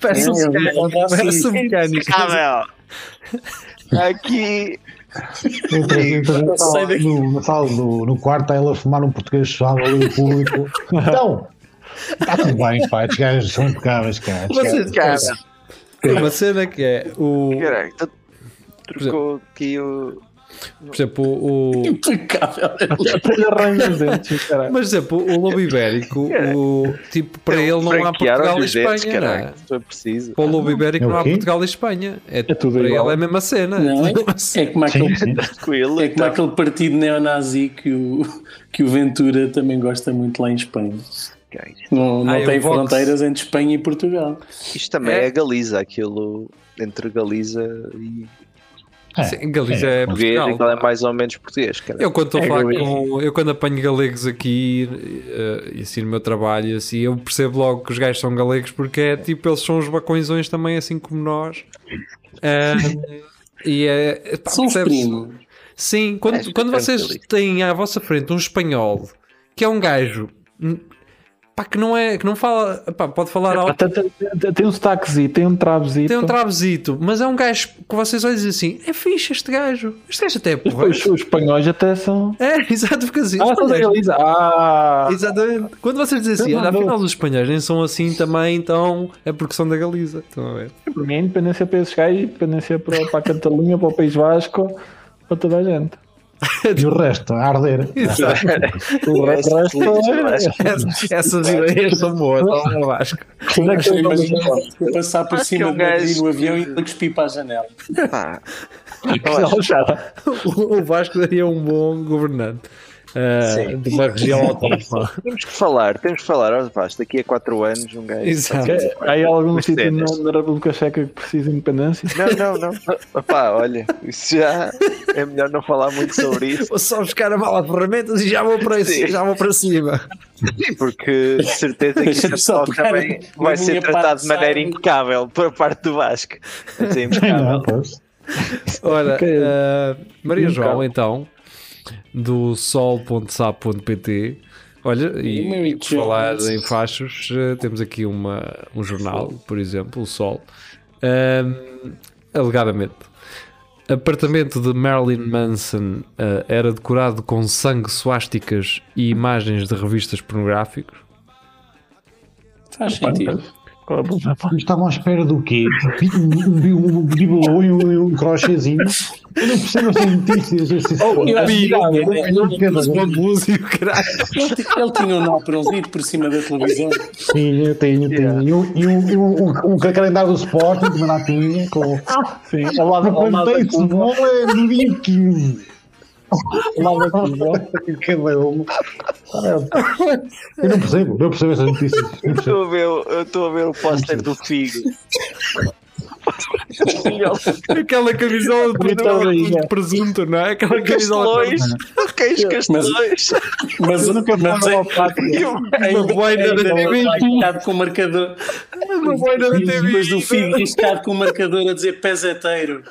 [SPEAKER 3] parece um
[SPEAKER 5] Não, ele
[SPEAKER 3] mecânico.
[SPEAKER 5] anda assim.
[SPEAKER 3] Parece um mecânico.
[SPEAKER 4] Aqui
[SPEAKER 7] Entras, entras na sala, no, na sala do, no quarto, está ele a fumar um português suave ali no público. Então, está tudo bem, pá, estes gajos são impecáveis, cara. Estes
[SPEAKER 3] Vocês-
[SPEAKER 7] gajos-
[SPEAKER 3] Tem uma cena que é o.
[SPEAKER 4] Caralho, tu- trocou aqui o.
[SPEAKER 3] Por exemplo, o. o-
[SPEAKER 5] Impecável.
[SPEAKER 6] Até lhe arranha os dentes, caralho.
[SPEAKER 3] mas, por exemplo, o lobo ibérico, o, tipo, para ele não há
[SPEAKER 4] Franquearam-lhe
[SPEAKER 3] Portugal e
[SPEAKER 4] os dentes,
[SPEAKER 3] Espanha, não é?
[SPEAKER 4] caralho, se foi preciso.
[SPEAKER 3] Para o lobo ibérico
[SPEAKER 7] É o
[SPEAKER 3] não há
[SPEAKER 7] quê?
[SPEAKER 3] Portugal e Espanha. É,
[SPEAKER 6] tudo
[SPEAKER 3] para
[SPEAKER 6] igual.
[SPEAKER 3] ele é a mesma cena.
[SPEAKER 5] Não, é,
[SPEAKER 3] assim?
[SPEAKER 5] é como
[SPEAKER 7] Sim,
[SPEAKER 5] aquele,
[SPEAKER 7] sim.
[SPEAKER 4] Tranquilo,
[SPEAKER 5] é
[SPEAKER 4] então.
[SPEAKER 5] como aquele partido neonazi que o, que o Ventura também gosta muito lá em Espanha.
[SPEAKER 4] Ok.
[SPEAKER 5] Não, não
[SPEAKER 3] Ah, é o
[SPEAKER 5] tem
[SPEAKER 3] Vox.
[SPEAKER 5] fronteiras entre Espanha e Portugal.
[SPEAKER 4] Isto também
[SPEAKER 3] É.
[SPEAKER 4] é, Galiza, aquilo entre Galiza e
[SPEAKER 7] É,
[SPEAKER 3] Sim, Galiza é,
[SPEAKER 4] português,
[SPEAKER 3] Portugal.
[SPEAKER 4] aquilo é mais ou menos português, cara.
[SPEAKER 3] Eu quando estou a
[SPEAKER 6] É
[SPEAKER 3] falar
[SPEAKER 6] galego.
[SPEAKER 3] com. Eu quando apanho galegos aqui eh, e assim no meu trabalho, e assim, eu percebo logo que os gajos são galegos porque é tipo, eles são os bacõezões também, assim como nós. Ah, e é. pá,
[SPEAKER 5] São os
[SPEAKER 3] percebes?
[SPEAKER 5] primos.
[SPEAKER 3] Sim, quando,
[SPEAKER 4] É,
[SPEAKER 3] quando
[SPEAKER 4] é
[SPEAKER 3] vocês
[SPEAKER 4] tranquilo.
[SPEAKER 3] têm à vossa frente um espanhol que é um gajo. hum, pá, pá, que não é, que não fala, pá, pode falar alto,
[SPEAKER 6] Tem- tem- tem- Tem um sotaquezinho, tem um trabozito.
[SPEAKER 3] tem um travesito, mas é um gajo que vocês olham e dizem assim, é fixe este gajo, este gajo até é
[SPEAKER 6] Os-
[SPEAKER 3] porra.
[SPEAKER 6] Os, os espanhóis até são.
[SPEAKER 3] É, exato, porque assim,
[SPEAKER 6] Ah,
[SPEAKER 3] os
[SPEAKER 6] são da
[SPEAKER 3] espanhóis-
[SPEAKER 6] Galiza. Ah,
[SPEAKER 3] Exatamente. Quando vocês dizem assim,
[SPEAKER 6] Não,
[SPEAKER 3] olha,
[SPEAKER 6] não.
[SPEAKER 3] afinal os espanhóis nem são assim também, então é porque são da Galiza. Estão a ver?
[SPEAKER 6] para mim, independência para esses gajos, independência para, para a Catalunha, para o País Vasco, para toda a gente.
[SPEAKER 7] E o resto, a arder.
[SPEAKER 6] O resto é.
[SPEAKER 3] Essas- Essas ideias são boas, são Vasco.
[SPEAKER 6] Onde é que
[SPEAKER 5] Sim,
[SPEAKER 6] eu
[SPEAKER 5] mas
[SPEAKER 6] vou-
[SPEAKER 5] eu passar por
[SPEAKER 4] Acho que é
[SPEAKER 5] cima
[SPEAKER 4] um
[SPEAKER 5] do navio
[SPEAKER 4] gajo
[SPEAKER 5] no avião
[SPEAKER 4] que-
[SPEAKER 5] e ele cuspir para a janela.
[SPEAKER 4] Pá,
[SPEAKER 6] Não, já.
[SPEAKER 3] O o Vasco seria um bom governante ah,
[SPEAKER 4] Sim.
[SPEAKER 3] de uma região autónoma.
[SPEAKER 4] temos que falar, temos que falar. Olha, pá, daqui a 4 anos um gajo.
[SPEAKER 3] Exato.
[SPEAKER 6] Há aí algum
[SPEAKER 4] Mas
[SPEAKER 6] sítio na,
[SPEAKER 4] tendas.
[SPEAKER 6] na República Checa que precisa de independência?
[SPEAKER 4] Não, não, não. Pá, olha, isso já é melhor não falar muito sobre isso,
[SPEAKER 3] Vou só buscar a mala de ferramentas e já vou para,
[SPEAKER 4] Sim.
[SPEAKER 3] já vou para cima.
[SPEAKER 4] porque de certeza que
[SPEAKER 5] Deixa-me
[SPEAKER 4] esse pessoal
[SPEAKER 5] só pegar
[SPEAKER 4] também
[SPEAKER 5] na
[SPEAKER 4] vai
[SPEAKER 5] minha
[SPEAKER 4] ser tratado
[SPEAKER 5] parte,
[SPEAKER 4] de maneira
[SPEAKER 5] sabe?
[SPEAKER 4] impecável por parte do Vasco. Vai ser
[SPEAKER 7] Não, é?
[SPEAKER 4] impecável.
[SPEAKER 7] pois.
[SPEAKER 3] Ora,
[SPEAKER 6] Ok.
[SPEAKER 3] ah, Maria
[SPEAKER 6] Um
[SPEAKER 3] João,
[SPEAKER 6] bocado.
[SPEAKER 3] então, do sol.sap.pt. Olha,
[SPEAKER 6] Um
[SPEAKER 5] E meu
[SPEAKER 3] e
[SPEAKER 5] e
[SPEAKER 3] por falar
[SPEAKER 5] Jones.
[SPEAKER 3] em fachos, eh, temos aqui uma, um jornal, por exemplo, o Sol, Ahm, alegadamente. Apartamento de Marilyn Manson eh, era decorado com sangue, suásticas e imagens de revistas pornográficas.
[SPEAKER 5] Faz sentido.
[SPEAKER 6] Qual é o problema?
[SPEAKER 7] Estavam à espera do quê? Um bi- Um bibelô e um, um crochêzinho? Eu não percebo estas notícias. este-
[SPEAKER 6] Oh,
[SPEAKER 5] Eu acho que
[SPEAKER 7] Obrigado,
[SPEAKER 5] ele,
[SPEAKER 7] eu
[SPEAKER 6] um
[SPEAKER 7] não percebo.
[SPEAKER 3] bambus e o caralho.
[SPEAKER 5] ele tinha um náperolzito por cima da televisão.
[SPEAKER 7] Tinha, tinha, tinha. E um, e um, e um, um, um calendário do Sporting também lá tinha. Com...
[SPEAKER 6] Ah, Sim, ao lado, ao
[SPEAKER 7] Quando
[SPEAKER 6] lado da
[SPEAKER 7] tem
[SPEAKER 6] Cuba,
[SPEAKER 7] cebola é no dia 15.
[SPEAKER 6] ao lado da Cuba.
[SPEAKER 7] Cada um. Eu não percebo, eu percebo essas notícias. Não percebo.
[SPEAKER 4] Estou a ver, o- eu estou a ver o póster do Figo.
[SPEAKER 3] Aquela camisola de
[SPEAKER 6] Bonita
[SPEAKER 3] presunto,
[SPEAKER 6] briga.
[SPEAKER 3] de presunto, não é? Aquela camisola de
[SPEAKER 4] Castelões, queijo castelões.
[SPEAKER 5] Mas, mas
[SPEAKER 6] fui
[SPEAKER 5] é,
[SPEAKER 6] ao pátio.
[SPEAKER 3] Uma boina da TV.
[SPEAKER 5] Riscado com o marcador.
[SPEAKER 3] Uma boina da TV.
[SPEAKER 5] Mas do filho riscado com o marcador a dizer peseteiro.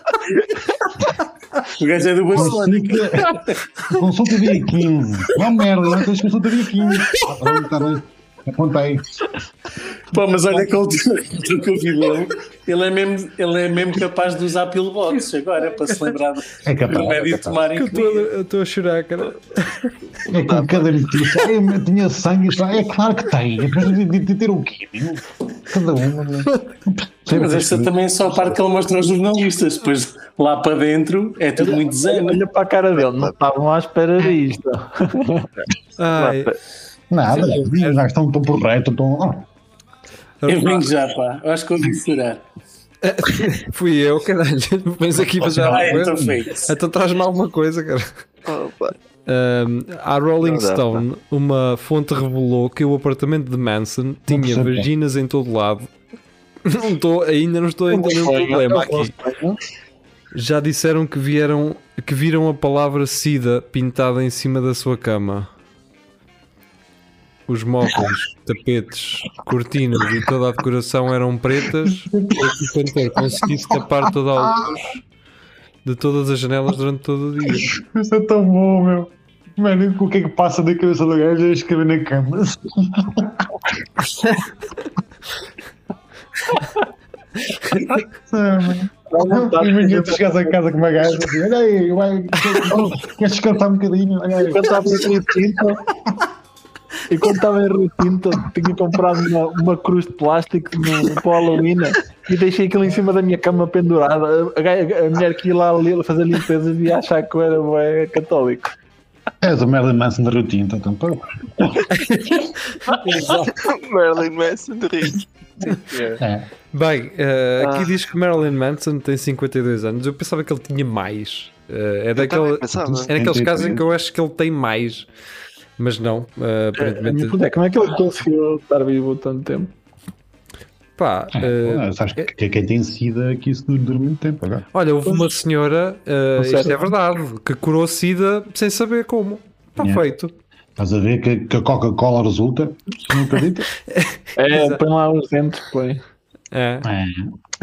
[SPEAKER 5] O gajo é do Barcelona.
[SPEAKER 7] Consulta, consulta dia 15. Não merda, não tens consulta dia 15. Ah, pronto, tá bem. Apontei.
[SPEAKER 5] Pô, mas olha que ele um do que eu vi dele, ele é mesmo, ele é mesmo capaz de usar pillbox agora para se lembrar do
[SPEAKER 7] É capaz.
[SPEAKER 5] remédio
[SPEAKER 7] É,
[SPEAKER 5] Um de tomar em que dia.
[SPEAKER 3] Eu estou a chorar, cara.
[SPEAKER 7] é com cada notícia. Ai, eu tinha sangue. isto- É claro que tem. Depois de, de, de ter o quê? meu? Cada uma. né? Não percebo
[SPEAKER 5] Mas
[SPEAKER 7] estas
[SPEAKER 5] esta também é só a parte que ele mostra aos jornalistas. Depois lá para dentro é tudo muito desenho.
[SPEAKER 6] Olha para a cara dele, não estavam à espera disto.
[SPEAKER 3] Ai,
[SPEAKER 7] Nada, os gajos estão tão por reto, estão. Oh,
[SPEAKER 5] Eu vim já, pá. Eu acho que eu vim chorar.
[SPEAKER 3] fui eu, caralho. Vens aqui para já.
[SPEAKER 5] Ah, é, então feito.
[SPEAKER 3] Então traz-me alguma coisa, cara.
[SPEAKER 4] Opa.
[SPEAKER 3] Ahm, a Rolling
[SPEAKER 4] Não dá,
[SPEAKER 3] Stone, uma fonte revelou que o apartamento de Manson tinha
[SPEAKER 7] percebo.
[SPEAKER 3] vaginas em todo lado. Não estou, ainda não estou a entender o problema aqui. Já disseram que vieram que viram a palavra SIDA pintada em cima da sua cama. Os móveis, tapetes, cortinas e toda a decoração eram pretas, portanto ter conseguido tapar toda a luz de todas as janelas durante todo o dia.
[SPEAKER 7] Isso é tão bom, meu. Mano, o que é que passa da cabeça do gajo a escrever na cama? Ah, mano. Imagina tu chegares a casa com uma gaja assim, olha aí, vai, queres descansar um bocadinho? Olha aí.
[SPEAKER 6] Enquanto estava em Rio Tinto, e quando estava em Rio Tinto, tinha comprado uma, uma cruz de plástico no, para o Halloween e deixei aquilo em cima da minha cama pendurada. A, gai- a mulher que ia lá li- fazer limpezas e ia achar que eu era bué católico.
[SPEAKER 7] És o Merlin Manson da Rio Tinto, então pô.
[SPEAKER 4] Marilyn Manson de Rio.
[SPEAKER 7] É.
[SPEAKER 3] Bem, eh, aqui
[SPEAKER 4] Ah.
[SPEAKER 3] diz que Marilyn Manson tem 52 anos. Eu pensava que ele tinha mais. Eh, é, daquele,
[SPEAKER 4] também pensava.
[SPEAKER 3] é daqueles
[SPEAKER 7] 52.
[SPEAKER 3] casos em que eu acho que ele tem mais. Mas não, eh, aparentemente.
[SPEAKER 6] Mas é, como é que ele conseguiu estar vivo tanto tempo?
[SPEAKER 3] Pá, eh,
[SPEAKER 7] Ah, sabes que que quem tem sida que isso dura muito tempo agora.
[SPEAKER 3] olha, houve uma senhora, eh, isto
[SPEAKER 6] sério?
[SPEAKER 3] é verdade, que curou SIDA sem saber como. Está
[SPEAKER 7] Yeah.
[SPEAKER 3] feito.
[SPEAKER 7] Estás a ver que, que a Coca-Cola resulta? Não acredito?
[SPEAKER 6] É, põe lá os dentes, põe.
[SPEAKER 3] É.
[SPEAKER 7] É.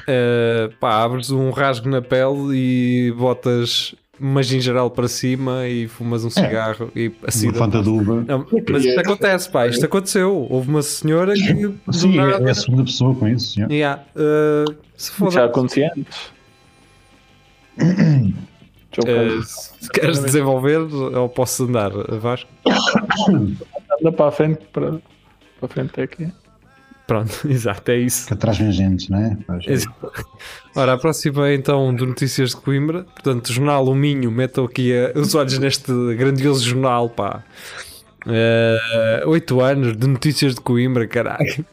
[SPEAKER 3] Eh, pá, abres um rasgo na pele e botas mas em geral para cima e fumas
[SPEAKER 7] É.
[SPEAKER 3] um cigarro e assim.
[SPEAKER 7] Uma fanta de uva.
[SPEAKER 3] Não, mas isto acontece, pá, isto aconteceu. Houve uma senhora que do
[SPEAKER 7] É. Sim,
[SPEAKER 3] nada-
[SPEAKER 7] é a segunda pessoa com isso. yeah.
[SPEAKER 3] Yeah, uh, se
[SPEAKER 6] Já
[SPEAKER 3] foda.
[SPEAKER 6] acontecia antes.
[SPEAKER 3] Uh,
[SPEAKER 6] Eh, Joker,
[SPEAKER 3] se se queres desenvolver, eu posso andar, Vasco.
[SPEAKER 6] Anda para a frente, para, para a frente é aqui.
[SPEAKER 3] Pronto, exato, é isso.
[SPEAKER 7] Que atrás vem gente, não é?
[SPEAKER 3] Ex- Ora, a próxima é então do Notícias de Coimbra. Portanto, Jornal O Minho, metam aqui eh, os olhos neste grandioso jornal, pá. Eh, Oito anos de Notícias de Coimbra, caralho.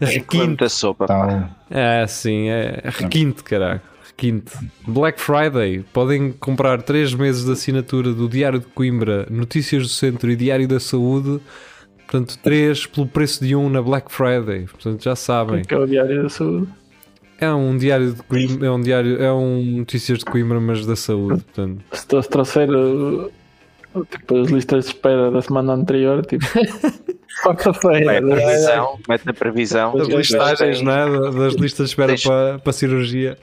[SPEAKER 7] É
[SPEAKER 4] Foi
[SPEAKER 3] Requinte.
[SPEAKER 4] muita sopa. pá.
[SPEAKER 7] Tal.
[SPEAKER 3] Ah, sim, é requinte, caralho. Requinte. Black Friday. Podem comprar três meses de assinatura do Diário de Coimbra, Notícias do Centro e Diário da Saúde. Portanto, três pelo preço de um na Black Friday. Portanto, já sabem.
[SPEAKER 6] Que é o Diário da Saúde.
[SPEAKER 3] É um diário de Coimbra, é um diário, é um notícias de Coimbra, mas da saúde, portanto.
[SPEAKER 6] Se te trouxer uh, tipo, as listas de espera da semana anterior, tipo.
[SPEAKER 4] Mete
[SPEAKER 6] Quarta-feira.
[SPEAKER 4] a previsão, mete a previsão.
[SPEAKER 3] Das
[SPEAKER 4] E depois
[SPEAKER 3] listagens,
[SPEAKER 4] tem-
[SPEAKER 3] não é? Das listas de espera
[SPEAKER 4] Tens-
[SPEAKER 3] para, para cirurgia.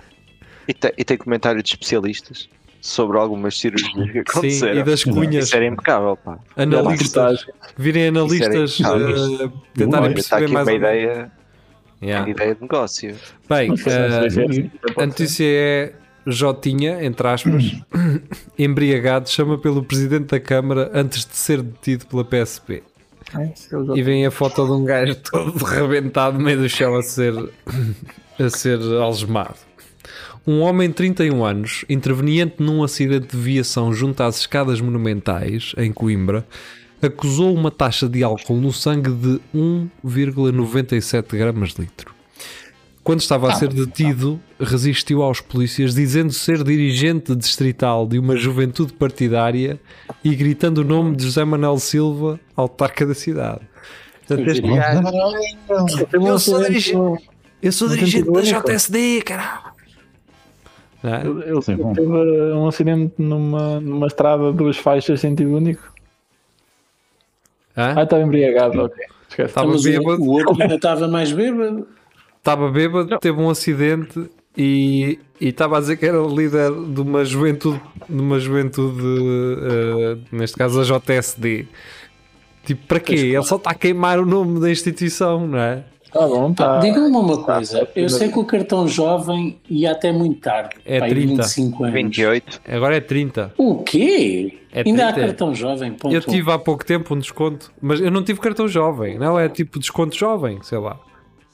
[SPEAKER 4] E tem, e tem comentário de especialistas sobre algumas cirurgias que
[SPEAKER 3] Sim,
[SPEAKER 4] aconteceram.
[SPEAKER 3] e das cunhas.
[SPEAKER 4] Isso era impecável, pá.
[SPEAKER 3] Analistas. Virem analistas
[SPEAKER 4] Isso era-
[SPEAKER 3] eh,
[SPEAKER 7] Bom,
[SPEAKER 3] tentarem
[SPEAKER 7] olha,
[SPEAKER 4] Está
[SPEAKER 3] perceber
[SPEAKER 4] aqui
[SPEAKER 3] mais.
[SPEAKER 4] uma
[SPEAKER 3] ou menos.
[SPEAKER 4] ideia,
[SPEAKER 3] Yeah.
[SPEAKER 4] ideia de negócio.
[SPEAKER 3] Bem, eh, a
[SPEAKER 6] Antes
[SPEAKER 3] notícia é Jotinha, entre aspas, embriagado, chama pelo presidente da Câmara antes de ser detido pela PSP. É, E vem a foto de um gajo todo rebentado no meio do chão a ser, a ser algemado. Um homem de 31 anos, interveniente num acidente de viação junto às escadas monumentais, em Coimbra, acusou uma taxa de álcool no sangue de 1,97 gramas de litro. Quando estava a ser detido, resistiu aos polícias, dizendo ser dirigente distrital de uma juventude partidária e gritando o nome de José Manuel Silva, autarca da cidade. Portanto, este
[SPEAKER 5] Sim.
[SPEAKER 3] gajo-
[SPEAKER 6] Eu um
[SPEAKER 3] sou dirigente. eu sou
[SPEAKER 6] Não tem
[SPEAKER 3] dirigente da
[SPEAKER 6] vergonha, pá.
[SPEAKER 3] JSD, caralho. Não é?
[SPEAKER 6] Ele
[SPEAKER 7] Sim, bom.
[SPEAKER 6] teve um acidente numa, numa estrada, duas faixas, sentido único.
[SPEAKER 3] Hã?
[SPEAKER 6] Ah, estava embriagado, ok. Esquece.
[SPEAKER 3] Tá.
[SPEAKER 5] Ah, mas o,
[SPEAKER 3] bêbado.
[SPEAKER 5] o outro ainda estava mais bêbado.
[SPEAKER 3] Estava bêbado, teve um acidente e e estava a dizer que era o líder de uma juventude, de uma juventude eh, neste caso a JSD. Tipo, para quê? Ele só está a queimar o nome da instituição, não é?
[SPEAKER 6] Tá bom, tá.
[SPEAKER 5] Diga-me uma
[SPEAKER 6] tá.
[SPEAKER 5] coisa. eu sei que o cartão jovem ia até muito tarde.
[SPEAKER 3] É
[SPEAKER 5] pá, aí
[SPEAKER 3] 30.
[SPEAKER 5] 25 anos.
[SPEAKER 4] 28.
[SPEAKER 3] Agora é 30.
[SPEAKER 5] O quê?
[SPEAKER 3] É
[SPEAKER 5] ainda há
[SPEAKER 3] 30.
[SPEAKER 5] cartão jovem, ponto.
[SPEAKER 3] Eu tive há pouco tempo um desconto, mas eu não tive cartão jovem, não é tipo desconto jovem, sei lá.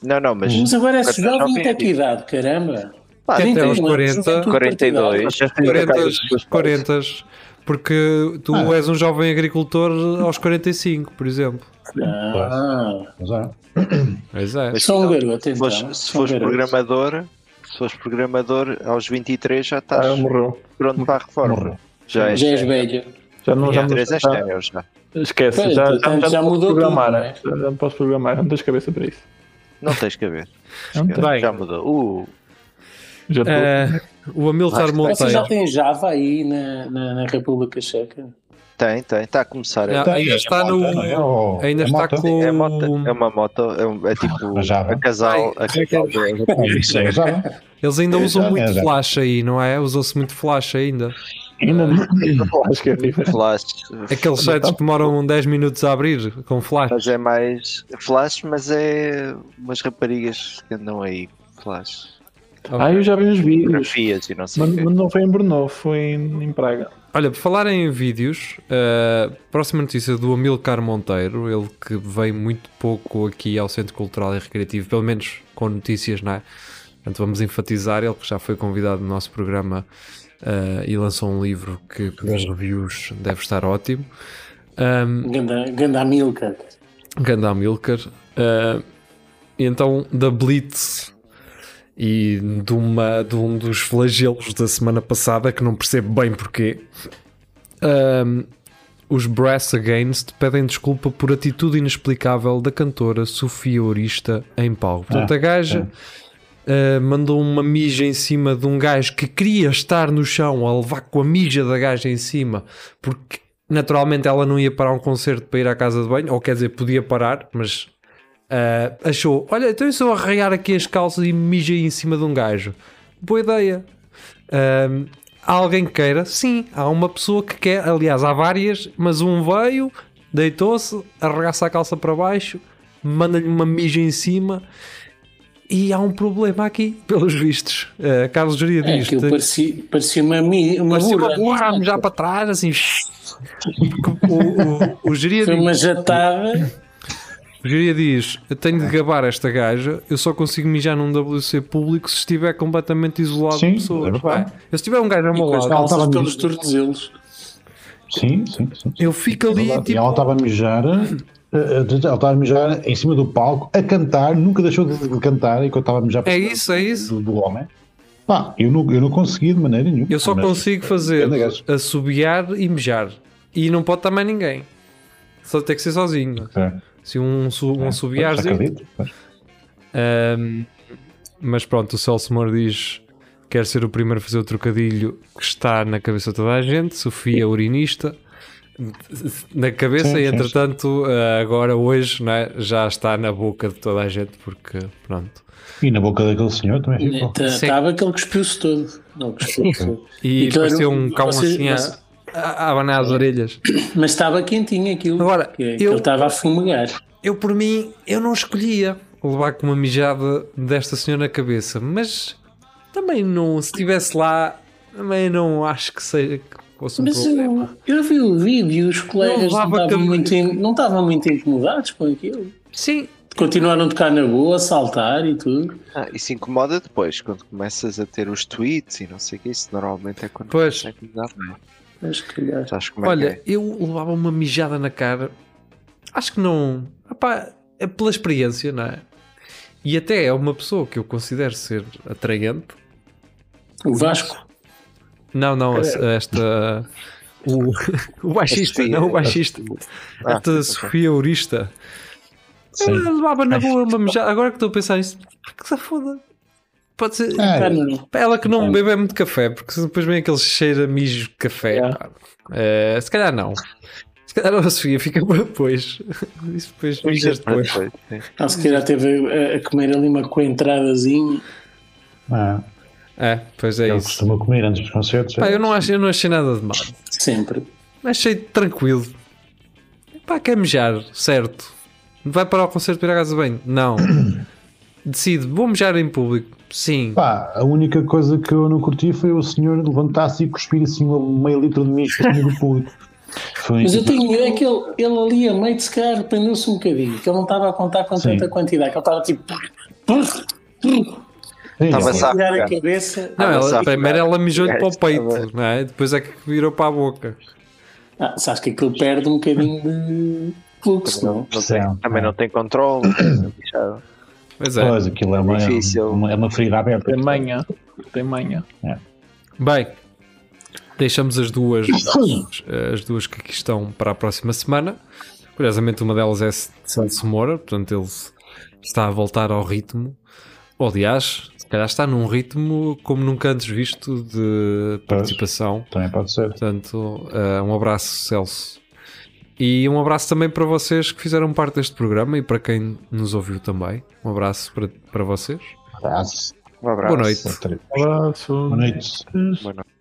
[SPEAKER 4] Não, não, mas
[SPEAKER 5] Mas agora esse
[SPEAKER 4] Cartão
[SPEAKER 5] jovem
[SPEAKER 4] jovem
[SPEAKER 5] até
[SPEAKER 4] é
[SPEAKER 5] que idade, caramba?
[SPEAKER 4] Pá,
[SPEAKER 3] até
[SPEAKER 5] Trinta um
[SPEAKER 3] aos
[SPEAKER 5] anos,
[SPEAKER 3] 40,
[SPEAKER 5] juventude
[SPEAKER 4] 42.
[SPEAKER 5] partidária.
[SPEAKER 4] então,
[SPEAKER 3] 40, 40, porque tu
[SPEAKER 7] Ah.
[SPEAKER 3] és um jovem agricultor aos 45, por exemplo.
[SPEAKER 5] Ah,
[SPEAKER 3] Pois é.
[SPEAKER 4] Mas
[SPEAKER 5] sou um
[SPEAKER 4] então,
[SPEAKER 5] garoto
[SPEAKER 4] Se
[SPEAKER 5] então.
[SPEAKER 4] fores, se
[SPEAKER 5] sou um
[SPEAKER 4] fores
[SPEAKER 5] garoto.
[SPEAKER 4] programador, se fores programador, aos 23 já estás
[SPEAKER 6] Ah, morreu.
[SPEAKER 4] pronto para a reforma. Já és
[SPEAKER 5] Já és velho.
[SPEAKER 6] Já não, é, já, Ah. não-
[SPEAKER 4] 23 és
[SPEAKER 6] já,
[SPEAKER 4] sénior já.
[SPEAKER 6] esquece,
[SPEAKER 5] Pois,
[SPEAKER 6] já, já,
[SPEAKER 5] portanto,
[SPEAKER 6] já,
[SPEAKER 5] já
[SPEAKER 6] não
[SPEAKER 5] mudou
[SPEAKER 6] posso
[SPEAKER 5] tudo,
[SPEAKER 6] programar.
[SPEAKER 5] não é?
[SPEAKER 6] Já não posso programar, não tens cabeça para isso.
[SPEAKER 4] Não tens que ver.
[SPEAKER 6] Não tens.
[SPEAKER 3] Bem.
[SPEAKER 4] Já mudou. Uh,
[SPEAKER 6] Já estou.
[SPEAKER 3] Eh, o Hamilcar
[SPEAKER 5] Vocês
[SPEAKER 3] Monteiro.
[SPEAKER 5] já têm Java aí na, na, na República Checa?
[SPEAKER 4] tem, tem. Está a começar.
[SPEAKER 3] Ah,
[SPEAKER 4] É,
[SPEAKER 3] ainda está no.
[SPEAKER 7] tá, É
[SPEAKER 3] Ainda está com.
[SPEAKER 4] é, moto, é uma moto. É, um- é tipo
[SPEAKER 7] Já vai.
[SPEAKER 4] a casal. A casal
[SPEAKER 7] É,
[SPEAKER 3] Eles ainda usam
[SPEAKER 7] já,
[SPEAKER 3] muito
[SPEAKER 7] já.
[SPEAKER 3] flash aí, não é? Usou-se muito flash ainda.
[SPEAKER 6] Ainda não. Acho que é diferente.
[SPEAKER 4] flash.
[SPEAKER 3] Aqueles sites É que demoram 10 minutos a abrir com flash.
[SPEAKER 4] Mas é mais flash, mas é umas raparigas que andam aí. Flash.
[SPEAKER 6] Ah, eu já vi uns vídeos.
[SPEAKER 4] Fotografias e não sei
[SPEAKER 6] Mas,
[SPEAKER 4] o quê.
[SPEAKER 6] mas não foi em Brno, foi em, em Praga.
[SPEAKER 3] Olha, por falar em vídeos, uh, próxima notícia do Amilcar Monteiro, ele que vem muito pouco aqui ao Centro Cultural e Recreativo, pelo menos com notícias, não é? Portanto, vamos enfatizar, ele que já foi convidado no nosso programa uh, e lançou um livro que, pelas reviews, deve estar ótimo. Um,
[SPEAKER 5] Ganda, ganda Milka.
[SPEAKER 3] Ganda Milker. Ah, e então, da Blitz e de, uma, de um dos flagelos da semana passada, que não percebo bem porquê, ah, os Brass Against pedem desculpa por atitude inexplicável da cantora Sofia Orista em pau. Portanto, a gaja. ah, mandou uma mija em cima de um gajo que queria estar no chão a levar com a mija da gaja em cima porque naturalmente ela não ia parar um concerto para ir à casa de banho, ou quer dizer, podia parar, mas ah, achou: olha, então eu só arraiar aqui as calças e me mijei em cima de um gajo. Boa ideia. Ahm, Há alguém que queira? Sim, há uma pessoa que quer. Aliás, há várias, mas um veio, deitou-se, arregaça a calça para baixo, manda-lhe uma mija em cima. E há um problema aqui, pelos vistos. Eh, Carlos Juria
[SPEAKER 5] É,
[SPEAKER 3] diz:
[SPEAKER 5] aquilo
[SPEAKER 3] tem-
[SPEAKER 5] parecia, parecia uma, mi- uma
[SPEAKER 3] parecia uma
[SPEAKER 5] burra.
[SPEAKER 3] burra a mijar para trás, assim. Porque o, o, o Jeria
[SPEAKER 5] Foi
[SPEAKER 3] diz-
[SPEAKER 5] uma jatada.
[SPEAKER 3] Geria diz: Eu tenho de gabar esta gaja, eu só consigo mijar num WC público se estiver completamente isolado
[SPEAKER 7] Sim,
[SPEAKER 3] de pessoas.
[SPEAKER 7] é verdade.
[SPEAKER 3] pá. Eu se tiver um gajo ao
[SPEAKER 5] E
[SPEAKER 3] meu
[SPEAKER 5] com as
[SPEAKER 3] lado,
[SPEAKER 7] calças
[SPEAKER 5] calças
[SPEAKER 7] pelos
[SPEAKER 5] pelos tornozelos.
[SPEAKER 7] Sim, sim, sim. É
[SPEAKER 3] eu fico ali
[SPEAKER 7] Verdade. E
[SPEAKER 3] tipo.
[SPEAKER 7] ela estava a mijar, eh, eh, ela estava a mijar em cima do palco, a cantar, nunca deixou de de cantar enquanto estava a mijar para
[SPEAKER 3] É
[SPEAKER 7] cima
[SPEAKER 3] isso, é isso.
[SPEAKER 7] Do, do homem. Pá, eu não, eu não consegui de maneira nenhuma.
[SPEAKER 3] Eu só
[SPEAKER 7] mas-
[SPEAKER 3] consigo fazer
[SPEAKER 7] Grande gajo.
[SPEAKER 3] assobiar e mijar. E não pode estar mais ninguém. Só tem que ser sozinho.
[SPEAKER 7] É,
[SPEAKER 3] Se um, su- um
[SPEAKER 7] é,
[SPEAKER 3] assobiar.
[SPEAKER 7] já acredito, mas-
[SPEAKER 3] Ahm, mas pronto, o Celso Moura diz quer ser o primeiro a fazer o trocadilho que está na cabeça de toda a gente. Sofia, urinista, na cabeça
[SPEAKER 7] Sim,
[SPEAKER 3] e
[SPEAKER 7] sim,
[SPEAKER 3] entretanto ah, agora hoje não é, já está na boca de toda a gente porque pronto.
[SPEAKER 7] E na boca daquele senhor também ficou.
[SPEAKER 4] então,
[SPEAKER 3] Sim.
[SPEAKER 5] Estava aquele Né, tá, que cuspiu-se todo. Não, cuspiu-se todo.
[SPEAKER 3] E,
[SPEAKER 5] E aquilo era
[SPEAKER 3] pareceu
[SPEAKER 5] um-
[SPEAKER 3] um cão
[SPEAKER 5] vocês-
[SPEAKER 3] assim a-
[SPEAKER 5] vocês-
[SPEAKER 3] a, a abanar as orelhas.
[SPEAKER 5] Mas estava quentinho aquilo.
[SPEAKER 3] Agora,
[SPEAKER 5] que,
[SPEAKER 3] eu-
[SPEAKER 5] Ele estava a fumegar.
[SPEAKER 3] Eu por mim, eu não escolhia levar com uma mijada desta senhora na cabeça, mas também não, se estivesse lá, também não acho que seja que fosse um
[SPEAKER 5] Mas
[SPEAKER 3] problema.
[SPEAKER 5] eu, eu vi o vídeo e os colegas não
[SPEAKER 3] levava
[SPEAKER 5] estavam
[SPEAKER 3] cam-
[SPEAKER 5] muito, in- não estavam muito incomodados com aquilo.
[SPEAKER 3] Sim,
[SPEAKER 5] Continuaram a tocar na boa, a saltar e tudo.
[SPEAKER 4] Ah, isso incomoda depois, quando começas a ter os tweets e não sei o que, isso normalmente é quando
[SPEAKER 3] Pois.
[SPEAKER 4] começa a incomodar, não é?
[SPEAKER 5] Mas se calhar.
[SPEAKER 4] Sabes como é
[SPEAKER 3] olha,
[SPEAKER 4] que
[SPEAKER 3] eu levava uma mijada na cara. Acho que não. Epá, é pela experiência, não é? E até é uma pessoa que eu considero ser atraente.
[SPEAKER 5] O Vasco.
[SPEAKER 3] Não, não,
[SPEAKER 4] é?
[SPEAKER 3] essa- esta. O, o baixista,
[SPEAKER 4] Sofia,
[SPEAKER 3] não o baixista.
[SPEAKER 4] é. Ah,
[SPEAKER 3] Esta
[SPEAKER 4] ok.
[SPEAKER 3] Sofia Urista.
[SPEAKER 7] Sim.
[SPEAKER 3] Eu levava na boa uma mijada. Agora que estou a pensar nisso, pá, que se foda. Pode ser.
[SPEAKER 7] Ah,
[SPEAKER 4] então,
[SPEAKER 5] Ah, não.
[SPEAKER 3] Pá, Ela que não bebe é muito café, porque se depois vem aquele cheiro a mijo de café.
[SPEAKER 6] Yeah.
[SPEAKER 3] pá. Eh, se calhar não. Se calhar a Sofia fica para depois. Isso depois mijas
[SPEAKER 4] é.
[SPEAKER 3] depois.
[SPEAKER 4] Depois, sim.
[SPEAKER 5] Ah, se calhar teve a, a comer ali uma coentradazinha.
[SPEAKER 7] ah,
[SPEAKER 3] É, pois é
[SPEAKER 7] ele
[SPEAKER 3] isso.
[SPEAKER 7] costuma assim. comer antes dos concertos.
[SPEAKER 3] Pá, eu, não achei, eu não achei nada de mal.
[SPEAKER 5] Sempre.
[SPEAKER 3] Achei tranquilo. Pá, quer mijar, certo. Vai para o concerto para ir à casa bem? Não. Decide, vou mijar em público? Sim.
[SPEAKER 7] Pá, a única coisa que eu não curti foi o senhor levantar-se e cuspir assim meio litro de mijo para cima do público. Foi
[SPEAKER 5] Mas eu tenho a ideia que ele, ele ali a meio de se calhar arrependeu-se um bocadinho, que ele não estava a contar com
[SPEAKER 7] Sim.
[SPEAKER 5] tanta quantidade, que ele estava tipo.
[SPEAKER 7] Sim,
[SPEAKER 4] Estava
[SPEAKER 7] sim.
[SPEAKER 4] só-
[SPEAKER 5] Tirar a
[SPEAKER 4] cara.
[SPEAKER 5] cabeça.
[SPEAKER 3] Não, ela-
[SPEAKER 4] sabe,
[SPEAKER 3] primeiro ela mijou-lhe
[SPEAKER 4] É,
[SPEAKER 3] para o
[SPEAKER 4] está
[SPEAKER 3] peito, não é? Depois é que virou para a boca.
[SPEAKER 5] Ah, sabes que aquilo perde um bocadinho de fluxo, não?
[SPEAKER 4] Não tem-
[SPEAKER 7] Sim.
[SPEAKER 4] também não tem controle, bichado.
[SPEAKER 3] Pois é.
[SPEAKER 7] Pois, aquilo é uma,
[SPEAKER 4] Difícil.
[SPEAKER 7] uma, é uma ferida aberta.
[SPEAKER 6] Tem manhã. Tem manhã.
[SPEAKER 3] Bem, deixamos as duas, eh, as duas que aqui estão para a próxima semana. Curiosamente, uma delas é Celso Moura, portanto, ele está a voltar ao ritmo. Ou, aliás, se calhar está num ritmo como nunca antes visto de participação.
[SPEAKER 7] Também pode ser.
[SPEAKER 3] Portanto, eh, um abraço, Celso. E um abraço também para vocês que fizeram parte deste programa e para quem nos ouviu também. Um abraço para, para vocês.
[SPEAKER 7] Abraço.
[SPEAKER 4] Um abraço.
[SPEAKER 3] Boa noite.
[SPEAKER 7] Boa
[SPEAKER 6] Abraço.
[SPEAKER 7] noite.
[SPEAKER 4] Boa noite.